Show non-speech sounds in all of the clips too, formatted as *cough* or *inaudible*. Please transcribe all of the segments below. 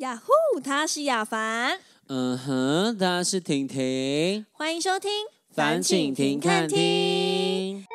雅虎，他是亚凡，嗯哼，大家是婷婷，欢迎收听《烦请婷看》。听。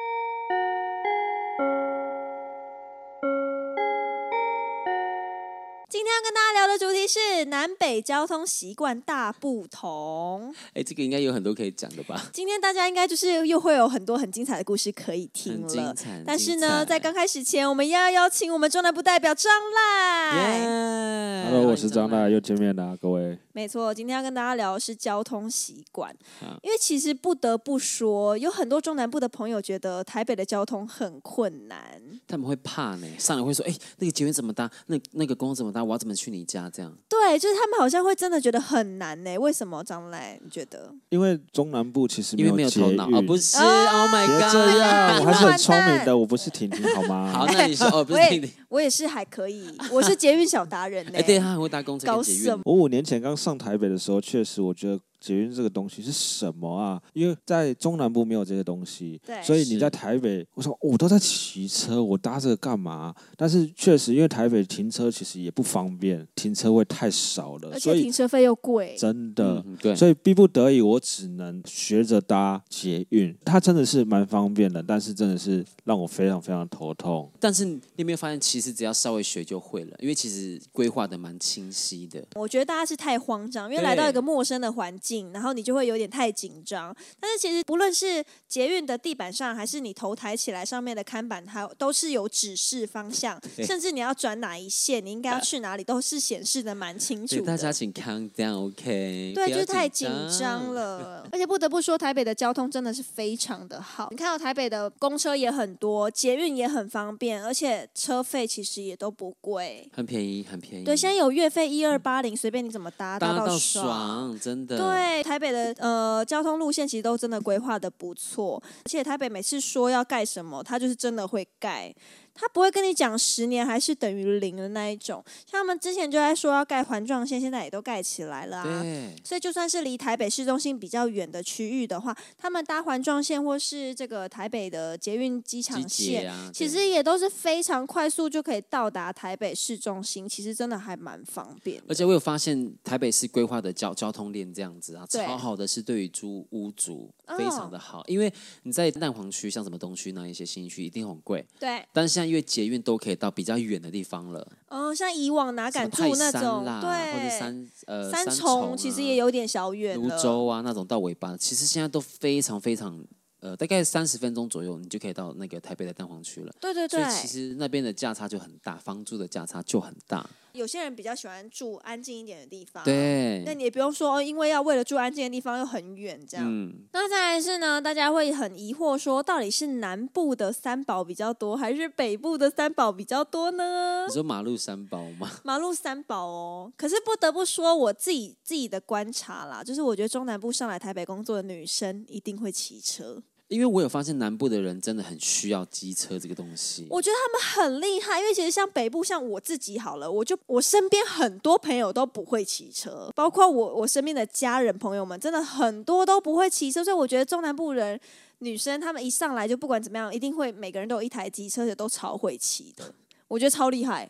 今天要跟大家聊的主题是南北交通习惯大不同。哎，这个应该有很多可以讲的吧？今天大家应该就是又会有很多很精彩的故事可以听很精了。彩。很但是精呢，彩在刚开始前，我们要邀请我们中南部代表张赖。耶 Hello，我是张大，。又见面啦，各位。没错，今天要跟大家聊的是交通习惯好，因为其实不得不说，有很多中南部的朋友觉得台北的交通很困难。他们会怕呢，上来会说：“哎，那个捷运怎么搭？那那个公怎么搭？我要怎么去你家？”这样对，就是他们好像会真的觉得很难呢、为什么张磊？你觉得？因为中南部其实因为没有捷头脑运哦，不是啊？Oh my 别 god！这样，我还是很聪明完蛋的，我不是婷婷好吗？ *laughs* 好，那你说哦，不是喂婷婷。我也是还可以，我是捷运小达人呢、 *laughs* 哎，对，他很会搭公车搞跟捷什运么。？我五年前刚上台北的时候，确实我觉得捷运这个东西是什么啊？因为在中南部没有这些东西对，所以你是在台北，我说哦我都在骑车，我搭这个干嘛？但是确实，因为台北停车其实也不方便，停车位太少了，而所且以停车费又贵。真的。嗯对，所以逼不得已，我只能学着搭捷运。它真的是蛮方便的，但是真的是让我非常非常头痛。但是你有没有发现，其实只要稍微学就会了，因为其实规划的蛮清晰的。我觉得大家是太慌张，因为对来到一个陌生的环境，然后你就会有点太紧张。但是其实不论是捷运的地板上，还是你头抬起来上面的看板，它都是有指示方向，对甚至你要转哪一线，你应该要去哪里，都是显示的蛮清楚所以的。大家请 calm down，OK？、对，不就要是太紧张。了。而且不得不说，台北的交通真的是非常的好。你看到台北的公车也很多，捷运也很方便，而且车费其实也都不贵。很便宜，很便宜。对，现在有月费一二八零，随便你怎么搭，嗯搭到到。爽，真的。，对，台北的呃交通路线其实都真的规划的不错，而且台北每次说要盖什么，它就是真的会盖，它不会跟你讲十年还是等于零的那一种。像他们之前就在说要盖环状线，现在也都盖起来了啊。对，所以，就算是离台北市中心比较远的区域的话，他们搭环状线或是这个台北的捷运机场季节线，啊，其对实也都是非常快速就可以到达台北市中心，其实真的还蛮方便的。而且我有发现，台北市规划的交交通链这样子啊，对超好的是对于租屋族哦非常的好，因为你在蛋黄区，像什么东区那一些新区一定很贵，对，但是现在因为捷运都可以到比较远的地方了，嗯，像以往哪什敢么住泰那山种，啦，或者对，三呃三重重其实啊也有点小远泸了。州啊那种到尾巴，其实现在都非常非常呃，大概三十分钟左右，你就可以到那个台北的蛋黄区了。对对所哦对以，其实那边的价差就很大，房租的价差就很大。有些人比较喜欢住安静一点的地方。。对，啊那你也不用说，哦，因为要为了住安静的地方又很远，这样。嗯，那再来是呢，大家会很疑惑说，到底是南部的三宝比较多，还是北部的三宝比较多呢 *laughs* 你？说马路三包吗？ *laughs* 马路三宝哦，可是不得不说，我自己自己的观察啦，就是我觉得中南部上来台北工作的女生一定会骑车，因为我有发现南部的人真的很需要机车这个东西。我觉得他们很厉害，因为其实像北部，像我自己好了，我就我身边很多朋友都不会骑车，包括我我身边的家人朋友们，真的很多都不会骑车，所以我觉得中南部人女生她们一上来就不管怎么样，一定会每个人都有一台机车，也都超会骑 *laughs* 的，我觉得超厉害。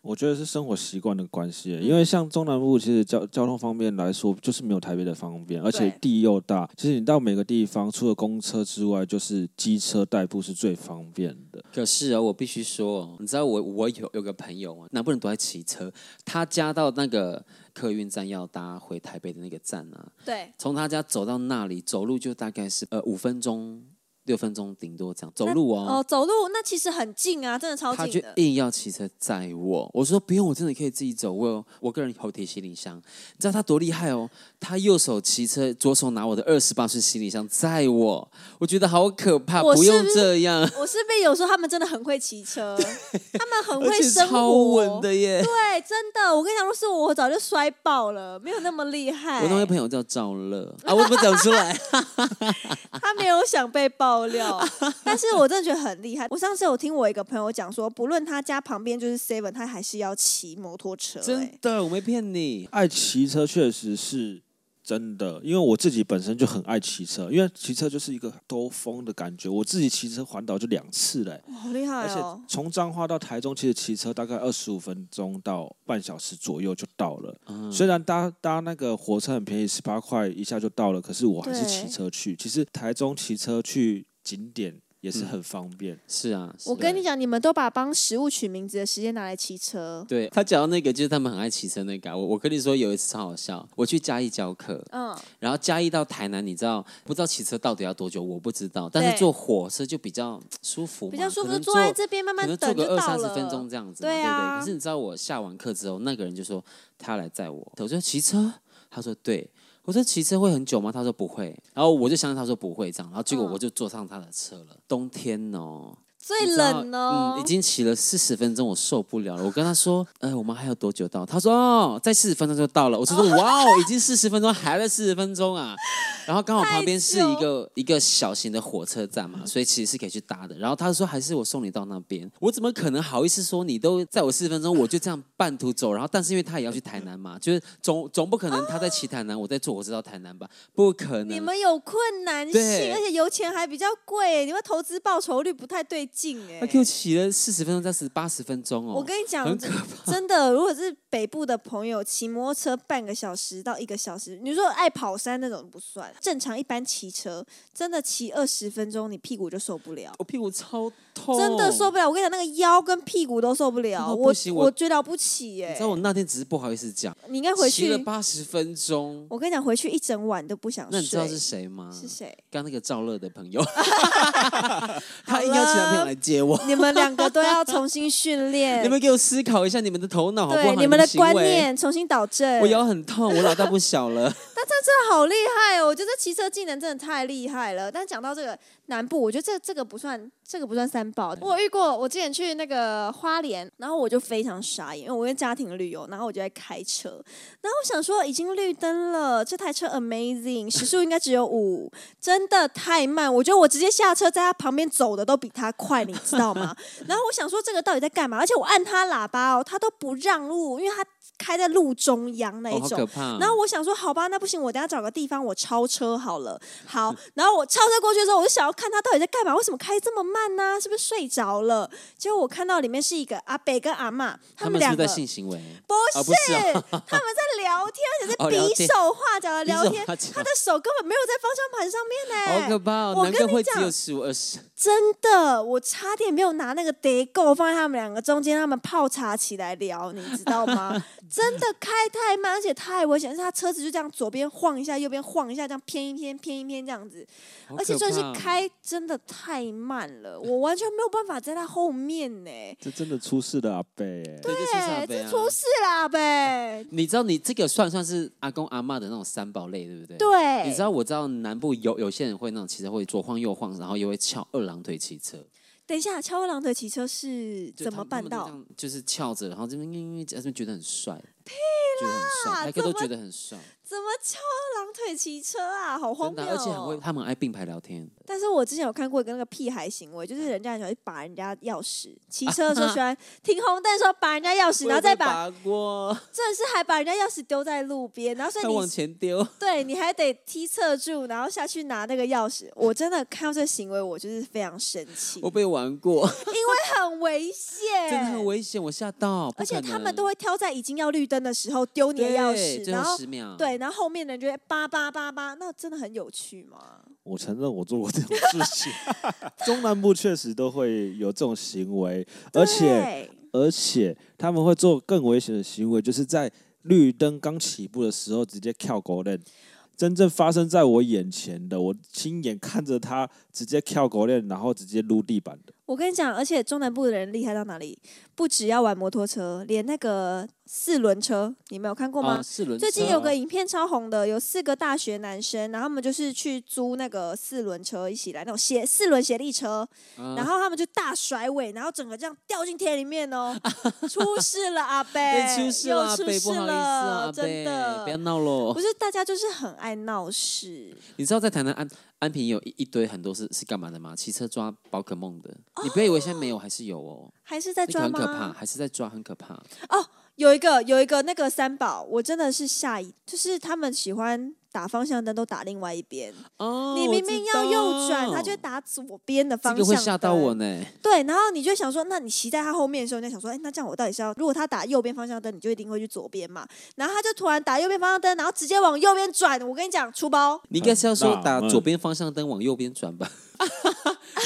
我觉得是生活习惯的关系，因为像中南部其实交交通方面来说，就是没有台北的方便，而且地又大。其实你到每个地方，除了公车之外，就是机车代步是最方便的。可是啊、我必须说哦，你知道我我有有个朋友啊，南部人都在骑车，他家到那个客运站要搭回台北的那个站啊，对，从他家走到那里，走路就大概是呃五分钟、六分钟，顶多这样走路哦、哦。走路那其实很近啊，真的超他近就的。硬要骑车载我，我说不用，我真的可以自己走。我有我个人有提行李箱，你知道他多厉害哦？他右手骑车，左手拿我的二十八寸行李箱载我，我觉得好可怕，我不是用不是这样， *laughs* 我身边有时候他们真的很会骑 *laughs* 车，他们很而会且生活，超稳的耶。对，真的，我跟你讲，若是我，我早就摔爆了，没有那么厉害。我那位朋友叫赵乐啊，我怎么讲 *laughs* 出来？他没有想被爆料，但是我真的觉得很厉害。我上次有听我一个朋友讲说，不论他家旁边就是 Seven，他还是要骑摩托车、真欸。的，我没骗你。爱骑车确实是真的，因为我自己本身就很爱骑车，因为骑车就是一个兜风的感觉。我自己骑车环岛就两次嘞、哇好厉害而哦且！从彰化到台中，其实骑车大概二十五分钟到半小时左右就到了。虽然搭搭那个火车很便宜，十八块一下就到了，可是我还是骑对车去。其实台中骑车去景点也是很方便。是啊，是我跟对你讲，你们都把帮食物取名字的时间拿来骑车，对他讲到那个，就是他们很爱骑车那个啊、我我跟你说，有一次超好笑，我去嘉义教课，嗯，然后嘉义到台南，你知道不知道骑车到底要多久？我不知道，但对是坐火车就比较嗯舒服嘛，比较舒可服，能坐在这边慢可慢能坐等个就二到三十了。分钟这样子嘛，对对啊不对？可是你知道我下完课之后，那个人就说他要来载我，我说骑车，他说对。我说骑车会很久吗？他说不会，然后我就相信他说不会这样，然后结果嗯我就坐上他的车了。冬天哦，最你知道冷哦，嗯，已经骑了四十分钟，我受不了了。我跟他说，哎，我们还有多久到？他说，哦，在四十分钟就到了。我 *laughs* 就说，哇哦，已经四十分钟，还在四十分钟啊。然后刚好旁边是一个一个小型的火车站嘛，所以其实是可以去搭的。然后他说，还是我送你到那边。我怎么可能好意思说你都在我四十分钟，我就这样半途走？然后，但是因为他也要去台南嘛，就是总总不可能他在骑台南，我在坐火车到台南吧？不可你能。们有困难性，对而且油钱还比较贵，你们投资报酬率不太对劲哎他。给我骑了四十分钟，再是八十分钟哦。我跟你讲很，真真的，如果是北部的朋友骑摩托车半个小时到一个小时，你说爱跑山那种不算，正常一般骑车真的骑二十分钟，你屁股就受不了。我屁股超痛，真的受不了，我跟你讲，那个腰跟屁股都受不痛了，到我哦不行我我觉得了不起耶、你知道我那天只是不好意思讲，你应该回骑了去，八十分钟。我跟你讲，回去一整晚都不想睡。那你知道是谁吗？是谁？刚那个赵乐的 *laughs* 朋友，他应该请男朋友来接我。你们两个都要重新训练你，们给我思考一下你们的头脑好不好？对你们的行观为。念重新导正。我腰很痛，我老大不小 *laughs* 了。好厉害哦！我觉得骑车技能真的太厉害了。但讲到这个南部，我觉得这这个不算，这个不算三宝。我有遇过，我之前去那个花莲，然后我就非常傻眼，因为我跟家庭旅游，然后我就在开车，然后我想说已经绿灯了，这台车 amazing，时速应该只有五，真的太慢。我觉得我直接下车，在他旁边走的都比他快，你知道 *laughs* 吗？然后我想说这个到底在干嘛？而且我按他喇叭哦，他都不让路，因为他开在路中央那一哦，好种。可怕。然后我想说，好吧，那不行，我等下找个地方我超车好了。好，然后我超车过去的时候，我就想要看他到底在干嘛，为什么开这么慢呢、是不是睡着了？结果我看到里面是一个阿北跟阿嬷，他们们是不两是个在性行为？不啊，是不是啊， *laughs* 他们在聊天，而且 *laughs* 哦是聊比天手画脚的呃 *laughs* 聊你天怎，么讲他的手根本没有在方向盘上面呢、好可怕我哦！难跟怪你会只讲有十五二十。真的，我差点没有拿那个 day go 放在他们两个中间，他们泡茶起来聊，你知道 *laughs* 吗？真的开太慢，而且太危险，而且他车子就这样左边晃一下，右边晃一下，这样偏一偏，偏一偏这样子，好而且可重点怕哦是，开真的太慢了，我完全没有办法在他后面呢、这真的出事的阿贝、对，这是哎、上辈这啊出事啦呗！你知道你这个算算是阿公阿妈的那种三宝类，对不对？对，你知道我知道南部有有些人会那种骑车会左晃右晃，然后又会翘二郎腿骑车，等一下，翘二郎腿骑车是怎就么他们办他们都到这？样就是翘着，然后这边因为这边觉得很帅，觉得很啦帅，大家怎都么觉得很帅，怎么翘二郎腿骑车啊？好荒真谬、哦！的，而且很会，他们很爱并排聊天，但是我之前有看过一个那个屁孩行为，就是人家很喜欢去拔人家钥匙，骑车的时候喜 *laughs* 欢停红灯的时候拔人家钥匙，然后再把，拔 *laughs* 过，真的是还把人家钥匙丢在路边，然后所以再往你前丢，对你还得踢侧住，然后下去拿那个钥匙。我真的看到这个行为，我就是非常生气，我被玩过，很危险，真的很。危险，我吓到，不而且可他们能都会挑在已经要绿灯的时候丢你的对钥匙，最然后后十秒，对，然后后面的人就会叭叭叭叭，那真的很有趣吗？我承认我做过这种事情， *laughs* 中南部确实都会有这种行为，而且对而且他们会做更危险的行为，就是在绿灯刚起步的时候直接跳狗链。真正发生在我眼前的，我亲眼看着他直接跳狗链，然后直接撸地板的。我跟你讲，而且中南部的人厉害到哪里？不只要玩摩托车，连那个四轮车，你们有看过吗？哦四轮最近车有个影片超红的，有四个大学男生，然后他们就是去租那个四轮车一起来那种斜四轮斜力车，嗯然后他们就大甩尾，然后整个这样掉进田里面 *laughs* 哦，出事了阿贝，哎对出事又了，阿出贝事不好意思啊，阿真贝，不的。要闹喽不。是大家就是很爱闹事，你知道在台南安安平有一一堆很多是是干嘛的吗？骑车抓宝可梦的，你不要以为现在没有，还是有哦。还是哦在那个抓很吗？可怕，还是在抓，很可怕。有一个有一个那个三宝，我真的是吓一，就是他们喜欢打方向灯都打另外一边，哦，你我明知明要右转，道它就会打左边的方这向个灯。会吓到我呢。对，然后你就会想说，那你骑在他后面的时候，你就想说，哎，那这样我到底是要，如果他打右边方向灯，你就一定会去左边嘛。然后他就突然打右边方向灯，然后直接往右边转。我跟你讲，出包。你应该是要说很纳打闷左边方向灯往右边转吧。 *laughs*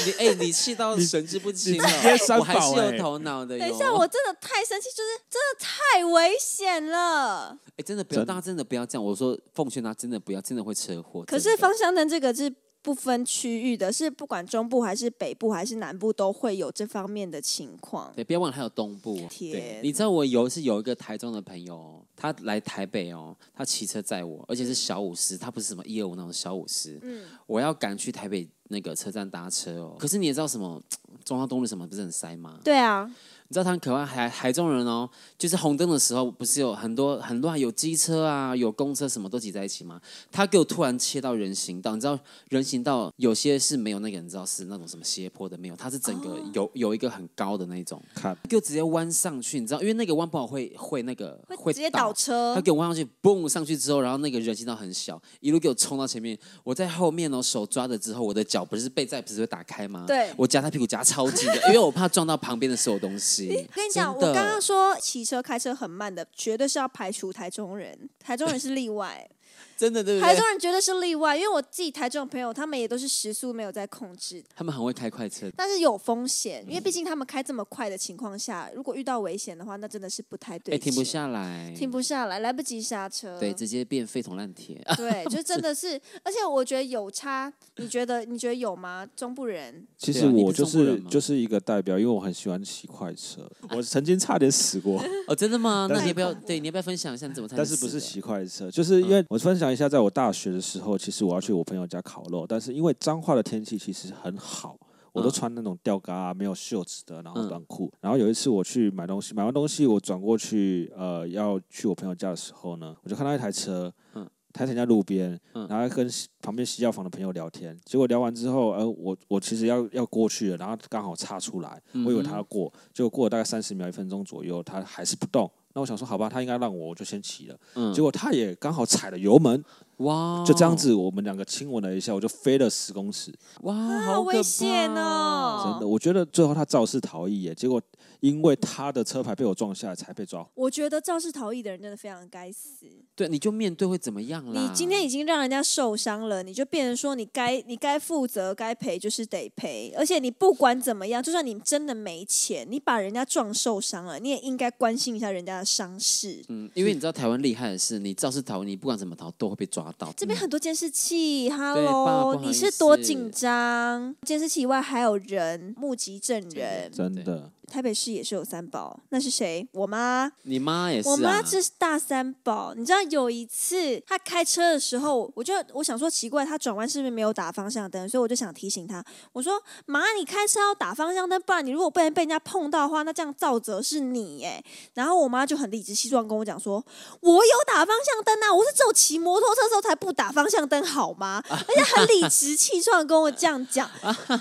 你哎、你气到神志不清了，接三我还是宝哎有头脑的哟。等一下，我真的太生气，就是真的太危险了。哎、真的不要，真大家真的不要这样。我说奉劝大家真的不要，真的会车祸。可是真的方向灯这个是不分区域的，是不管中部还是北部还是南部都会有这方面的情况。对，不要忘了还有东部。哦天对，你知道我有一次有一个台中的朋友哦，他来台北哦，他骑车载我，而且是小五十，他不是什么一二五那种小五十。我要赶去台北那个车站搭车哦。可是你也知道什么，中央东路什么不是很塞吗？对啊，你知道他很可爱，台台中人哦，就是红灯的时候不是有很多很乱，有机车啊，有公车，什么都挤在一起吗？他给我突然切到人行道，你知道人行道有些是没有那个，你知道是那种什么斜坡的没有，它是整个有、有一个很高的那种，看给我直接弯上去，你知道，因为那个弯不好会会那个会直接倒车他。给我弯上去，嘣上去之后，然后那个人行道很小，一路给我冲到前面，我在后面哦，手抓着之后，我的脚不是被在不是会打开吗？对我夹他屁股夹超紧的，因 *laughs* 为我怕撞到旁边的所有东西。我 *laughs* 跟你讲，我真的刚刚说骑车、开车很慢的，绝对是要排除台中人，台中人是例外，真的对不对？台中人绝对是例外，因为我自己台中的朋友，他们也都是时速没有在控制，他们很会开快车，但是有风险，因为嗯毕竟他们开这么快的情况下，如果遇到危险的话，那真的是不太对哎，劲，停不下来，停不下来，来不及刹车，对，直接变废铜烂铁。 *laughs* 对，就真的是，而且我觉得有差，你觉得你觉得有吗？中部人其对啊实你我是就中国人是吗啊就是一个代表，因为我很喜欢骑快车，我曾经差点死过。哦，真的吗？那但你要不要太恐怖对？你要不要分享一下你怎么才？但是不是骑快车，就是因为嗯我分享一下，在我大学的时候，其实我要去我朋友家烤肉，但是因为彰化的天气其实很好。我都嗯穿那种吊嘎、啊、没有袖子的，然后嗯短裤。然后有一次我去买东西，买完东西我转过去，呃，要去我朋友家的时候呢，我就看到一台车，嗯台停在路边，嗯然后跟西旁边洗脚房的朋友聊天。结果聊完之后，呃，我我其实要要过去了，然后刚好岔出来，我以为他嗯要过，结果过了大概三十秒、一分钟左右，他还是不动。那我想说，好吧，他应该让我，我就先骑了。嗯结果他也刚好踩了油门，哇，哦就这样子，我们两个亲吻了一下，我就飞了十公尺。哇，啊好好危险哦真的，我觉得最后他肇事逃逸耶，结果因为他的车牌被我撞下来才被抓。我觉得肇事逃逸的人真的非常该死。对，你就面对会怎么样啦？你今天已经让人家受伤了，你就变成说你该你该负责该赔就是得赔，而且你不管怎么样，就算你真的没钱，你把人家撞受伤了，你也应该关心一下人家的伤势。嗯，因为你知道台湾厉害的是，你肇事逃，你不管怎么逃都会被抓到。这边很多监视器哈嗯对爸不喽，好你意是多思紧张？监视器以外还有人、目击证人。真的，台北市也是有三宝，那是谁？我妈，你妈也是、啊，我妈这是大三宝。你知道有一次她开车的时候，我就我想说奇怪，她转弯是不是没有打方向灯？所以我就想提醒她，我说妈，你开车要打方向灯，不然你如果不然被人家碰到的话，那这样造责是你耶。然后我妈就很理直气壮跟我讲说，我有打方向灯啊，我是只有骑摩托车的时候才不打方向灯好吗？而且很理直气壮地跟我这样 *laughs* 讲。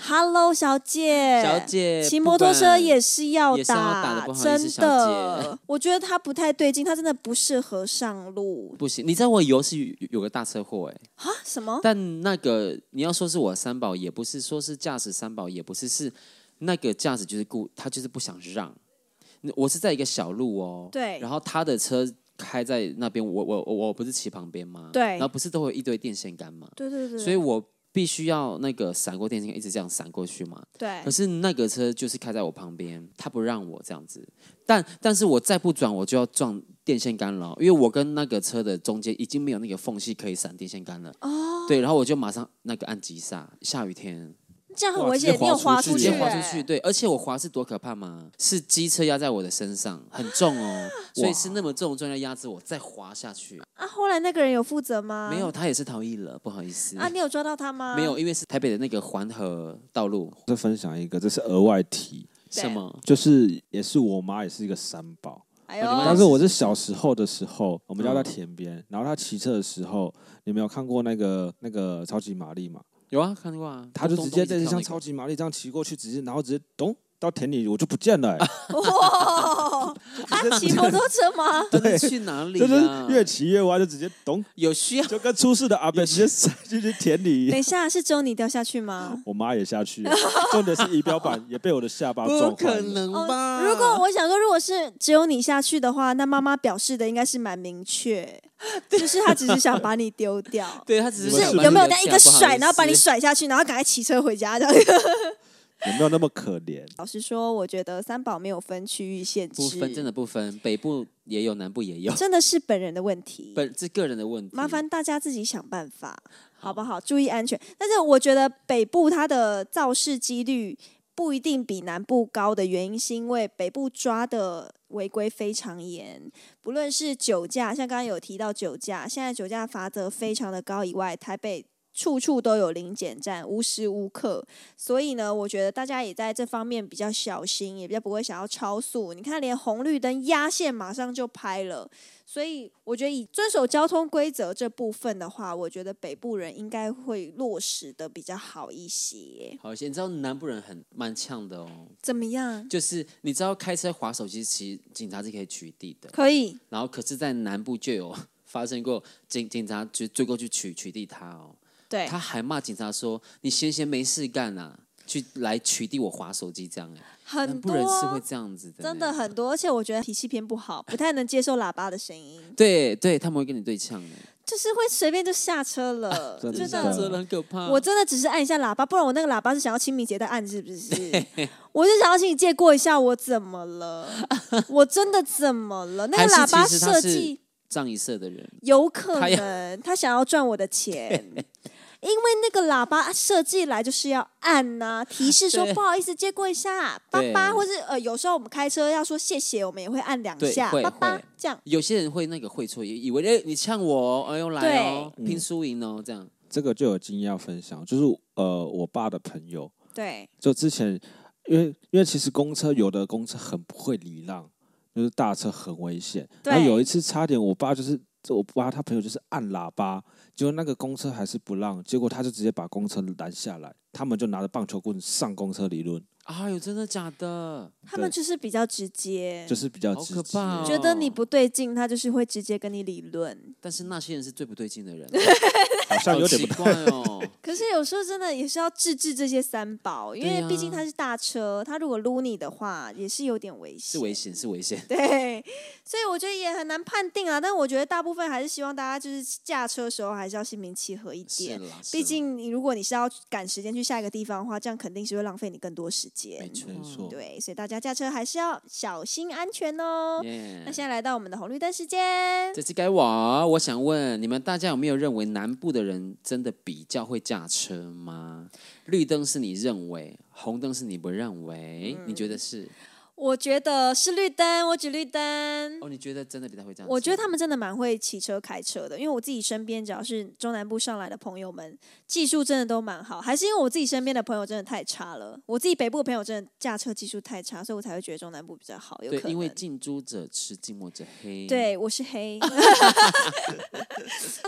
Hello，小姐，小姐骑呃不摩托车管也是要也是要打的不好意思真小 *laughs* 的，我觉得他不太对劲，他真的不适合上路不行。你知道我有一次有有个大车祸哎、啊？什么？但那个你要说是我三宝，也不是说是驾驶三宝，也不是是那个驾驶就是故他就是不想让。我是在一个小路哦，对然后他的车开在那边，我我我我不是骑旁边吗？对然后不是都会有一堆电线杆嘛，对对对，所以我必须要那个闪过电线杆，一直这样闪过去嘛。对可是那个车就是开在我旁边，他不让我这样子，但但是我再不转我就要撞电线杆了，因为我跟那个车的中间已经没有那个缝隙可以闪电线杆了。哦，对，然后我就马上那个按急刹，下雨天这样很哇危直接险，你有滑滑出出直去接欸，滑出去，对，而且我滑是多可怕吗？是机车压在我的身上，很重 *laughs* 哦，所以是那么重的重量压着我再滑下去，啊！后来那个人有负责吗？没有，他也是逃逸了，不好意思。啊？你有抓到他吗？没有，。因为是台北的那个环河道路，再分享一个，这是额外题，对什么？就是也是我妈也是一个三宝，哎哦你们但呦，是我是小时候的时候，我们家嗯在田边，然后他骑车的时候，你们有看过那个那个超级玛丽吗？有啊，看过啊，他就直接在上哎啊像超级玛丽这样骑过去，直接然后直接咚到田里，我就不见了、欸。 *laughs* 哦，啊，骑摩托车吗？到底去哪里就是啊？越骑越歪，就直接咚，有需要就跟出事的阿伯直接塞进去田里一等样。一下，是只有你掉下去吗？我妈也下去了，重点是仪表板也被我的下巴 *laughs* 撞不坏可了。能吧？哦如果我想说，如果是只有你下去的话，那妈妈表示的应该是蛮明 *laughs* 确，就是她只是想把你丢掉，对他就只是是想把有没有留那一下个不好甩，意然后把你思甩下去，然后赶快骑车回家这样。有没有那么可怜？ *laughs* 老实说，我觉得三宝没有分区域限制，不分，真的不分，北部也有，南部也有，真的是本人的问题。本这个人的问题。麻烦大家自己想办法，好不好？注意安全。但是我觉得北部它的肇事几率不一定比南部高的原因，是因为北部抓的违规非常严，不论是酒驾，像刚刚有提到酒驾，现在酒驾罚则非常的高以外，台北。处处都有零检站，无时无刻。所以呢，我觉得大家也在这方面比较小心，也比较不会想要超速。你看，连红绿灯压线马上就拍了，所以我觉得以遵守交通规则这部分的话，我觉得北部人应该会落实的比较好一些。好一些，你知道南部人很蛮呛的哦，怎么样？就是你知道开车划手机，其实警察是可以取缔的，可以？然后可是，在南部就有 *laughs* 发生过警警察追追过去取取缔他哦，对他还骂警察说你闲闲没事干啊，去来取缔我划手机这样哎，很南多部人是会这样子的，真的。很多，而且我觉得脾气偏不好，不太能接受喇叭的声音，对对，他们会跟你对呛的，就是会随便就下车啊了，真真的这样子的。很可怕。我真的只是按一下喇叭，不然我那个喇叭是想要清明节再按，是不是？我就想要请你借过一下，我怎么了？我真的怎么 *laughs* 了？那个还是喇叭其实它设是计仗一色的人，有可他要能 *laughs* 他想要赚我的钱，因为那个喇叭设计来就是要按呐、提示说 *laughs* 对不好意思，借过一下，爸爸，对或是呃，有时候我们开车要说谢谢，我们也会按两对下，会爸爸会这样。有些人会那个会错，以以为哎、你呛我哦，哎呦来哦，拼输赢哦这样。这个就有经验要分享，就是呃，我爸的朋友，对，就之前，因为因为其实公车有的公车很不会礼让，就是大车很危险。对然后有一次差点，我爸就是我爸他朋友就是按喇叭，结果那个公车还是不让，结果他就直接把公车拦下来，他们就拿着棒球棍上公车理论，哎呦，真的假的？他们就是比较直接，就是比较好直可接。怕哦觉得你不对劲，他就是会直接跟你理论。但是那些人是最不对劲的人，好像好有点奇不怪哦。可是有时候真的也是要制止这些三宝，因为对啊毕竟他是大车，他如果撸你的话，也是有点危是险。危险，是危险。对，所以我觉得也很难判定啊。但我觉得大部分还是希望大家就是驾车的时候还是要心平气和一是点。啦，是毕啦竟你如果你是要赶时间去下一个地方的话，这样肯定是会浪费你更多时没间。错，没错嗯对，所以大家驾车还是要小心安全哦。那耶。现在来到我们的红绿灯时间，这次该我，我想问你们大家有没有认为南部的人真的比较会驾车吗？绿灯是你认为，红灯是你不认为，嗯你觉得是？我觉得是绿灯，我举绿灯。哦，你觉得真的比较会驾车？我觉得他们真的蛮会骑车开车的，因为我自己身边只要是中南部上来的朋友们，技术真的都蛮好，还是因为我自己身边的朋友真的太差了，我自己北部的朋友真的驾车技术太差，所以我才会觉得中南部比较好，有对，可因为能。近朱者赤，近墨者黑。对，我是黑， *laughs*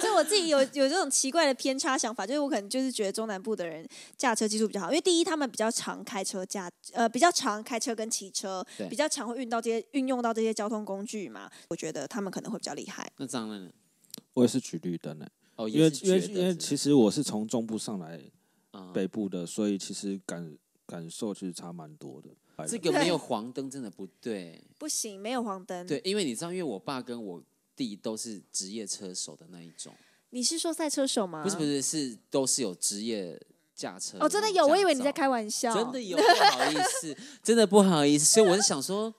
所以我自己有有这种奇怪的偏差想法，就是我可能就是觉得中南部的人驾车技术比较好，因为第一他们比较常开车驾，呃，比较常开车跟骑车对，比较常会运到这些运用到这些交通工具嘛，我觉得他们可能会比较厉害。那当然了，我也是举绿灯呢、欸哦，因为因为因为实其实我是从中部上来北北部的，所以其实感感受其实差蛮多的。这个没有黄灯真的不对，不行，没有黄灯。对，因为你知道，因为我爸跟我弟都是职业车手的那一种，你是说赛车手吗？不是不呃是是都是有职业驾车啊哦，真的有，我以为你在驾开玩笑。照，啊真的有，不好意思，真的不好意思，所以我是想说，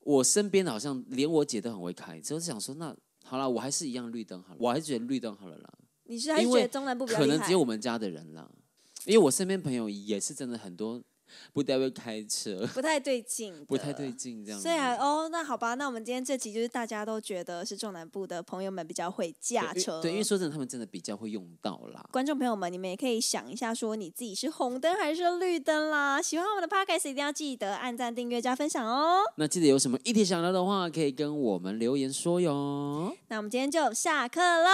我身边好像连我姐都很会开，所以我是想说，那好啦，我还是一样绿灯好了，我还是觉得绿灯好了啦。你是还是因觉为得中南部比较可厉能害只有？我们家的人啦，因为我身边朋友也是真的很多不太会开车， *laughs* 不太对劲，不太对。劲这样子。所以啊，哦，那好吧，那我们今天这集就是大家都觉得是中南部的朋友们比较会驾对因车。对，因为说真的，他们真的比较会用到啦。观众朋友们，你们也可以想一下，说你自己是红灯还是绿灯啦。喜欢我们的 podcast 一定要记得按赞、订阅、加分享哦。那记得有什么议题想聊的话，可以跟我们留言说哟。那我们今天就下课喽，